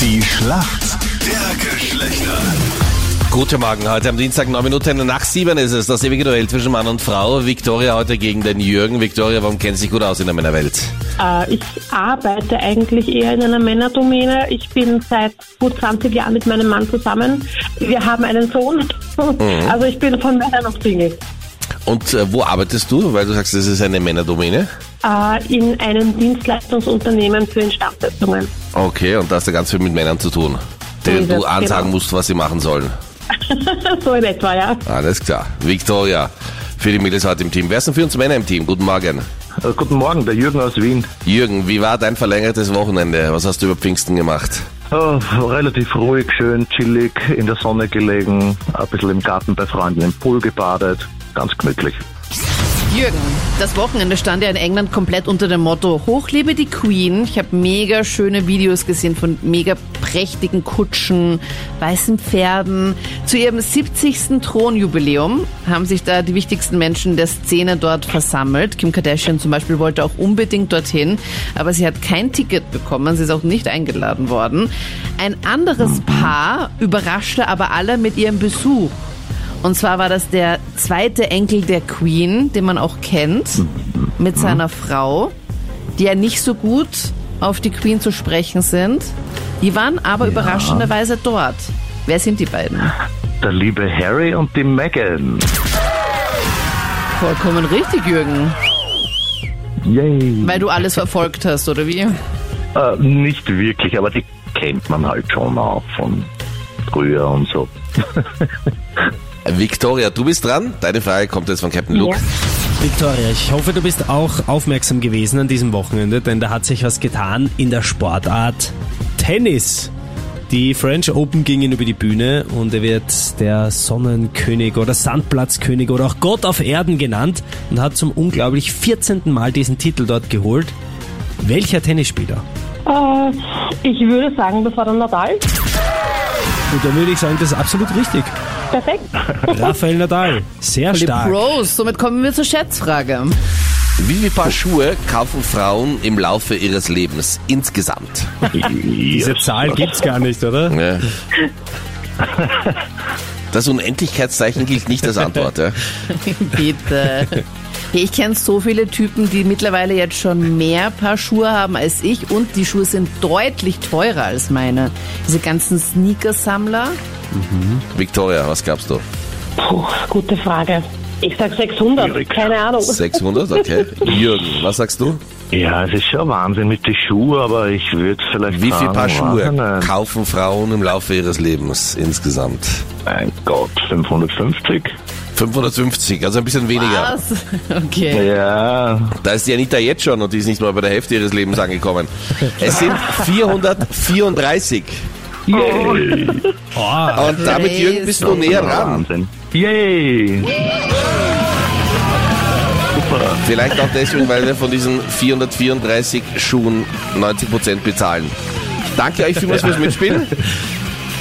Die Schlacht der Geschlechter. Guten Morgen, heute am Dienstag, neun Minuten nach sieben ist es. Das ewige Duell zwischen Mann und Frau. Victoria heute gegen den Jürgen. Victoria, warum kennst du dich gut aus in der Männerwelt? Äh, ich arbeite eigentlich eher in einer Männerdomäne. Ich bin seit gut 20 Jahren mit meinem Mann zusammen. Wir haben einen Sohn. Also ich bin von daher noch Single. Und äh, wo arbeitest du? Weil du sagst, das ist eine Männerdomäne. Äh, in einem Dienstleistungsunternehmen für Instandsetzungen. Okay, und da hast du ganz viel mit Männern zu tun, denen So ist du es, ansagen genau. musst, was sie machen sollen. so in etwa, ja. Alles klar. Victoria, für die Mädels heute im Team. Wer ist denn für uns Männer im Team? Guten Morgen. Äh, Guten Morgen, der Jürgen aus Wien. Jürgen, wie war dein verlängertes Wochenende? Was hast du über Pfingsten gemacht? Oh, relativ ruhig, schön, chillig, in der Sonne gelegen, ein bisschen im Garten bei Freunden im Pool gebadet, ganz gemütlich. Jürgen, das Wochenende stand ja in England komplett unter dem Motto Hochlebe die Queen. Ich habe mega schöne Videos gesehen von mega prächtigen Kutschen, weißen Pferden. Zu ihrem 70. Thronjubiläum haben sich da die wichtigsten Menschen der Szene dort versammelt. Kim Kardashian zum Beispiel wollte auch unbedingt dorthin, aber sie hat kein Ticket bekommen. Sie ist auch nicht eingeladen worden. Ein anderes Paar überraschte aber alle mit ihrem Besuch. Und zwar war das der zweite Enkel der Queen, den man auch kennt, mit seiner Frau, die ja nicht so gut auf die Queen zu sprechen sind. Die waren aber überraschenderweise dort. Wer sind die beiden? Der liebe Harry und die Meghan. Vollkommen richtig, Jürgen. Yay. Weil du alles verfolgt hast, oder wie? Äh, nicht wirklich, aber die kennt man halt schon auch von früher und so. Victoria, du bist dran. Deine Frage kommt jetzt von Captain Luke. Victoria, ich hoffe, du bist auch aufmerksam gewesen an diesem Wochenende, denn da hat sich was getan in der Sportart Tennis. Die French Open gingen über die Bühne und er wird der Sonnenkönig oder Sandplatzkönig oder auch Gott auf Erden genannt und hat zum unglaublich 14. Mal diesen Titel dort geholt. Welcher Tennisspieler? Äh, ich würde sagen, das war der Nadal. Und da würde ich sagen, das ist absolut richtig. Perfekt. Rafael Nadal, sehr Die stark. Pros. Somit kommen wir zur Schätzfrage. Wie viel Paar Schuhe kaufen Frauen im Laufe ihres Lebens insgesamt? Diese Zahl gibt's gar nicht, oder? Ja. Das Unendlichkeitszeichen gilt nicht als Antwort. Ja? Bitte. Hey, Ich kenne so viele Typen, die mittlerweile jetzt schon mehr Paar Schuhe haben als ich und die Schuhe sind deutlich teurer als meine. Diese ganzen Sneakersammler. Victoria, was gabst du? Puh, gute Frage. Ich sag 600. Schwierig. Keine Ahnung. 600? Okay. Jürgen, was sagst du? Ja, es ist schon Wahnsinn mit den Schuhen, aber ich würde vielleicht Wie viel sagen, Paar Schuhe Ah, warte mal. kaufen Frauen im Laufe ihres Lebens insgesamt? Mein Gott, 550? 550, also ein bisschen weniger. Was? Okay. Ja, Da ist die Anita jetzt schon und die ist nicht mal bei der Hälfte ihres Lebens angekommen. Es sind 434. Oh, yay. Und damit, Jürgen, bist du näher ran. Wahnsinn. Yay. Vielleicht auch deswegen, weil wir von diesen 434 Schuhen 90% bezahlen. Danke euch vielmals fürs Mitspielen.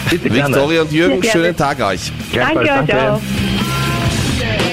gerne. Victoria und Jürgen, Sehr gerne. schönen Tag euch. Gleichfalls, Danke euch auch.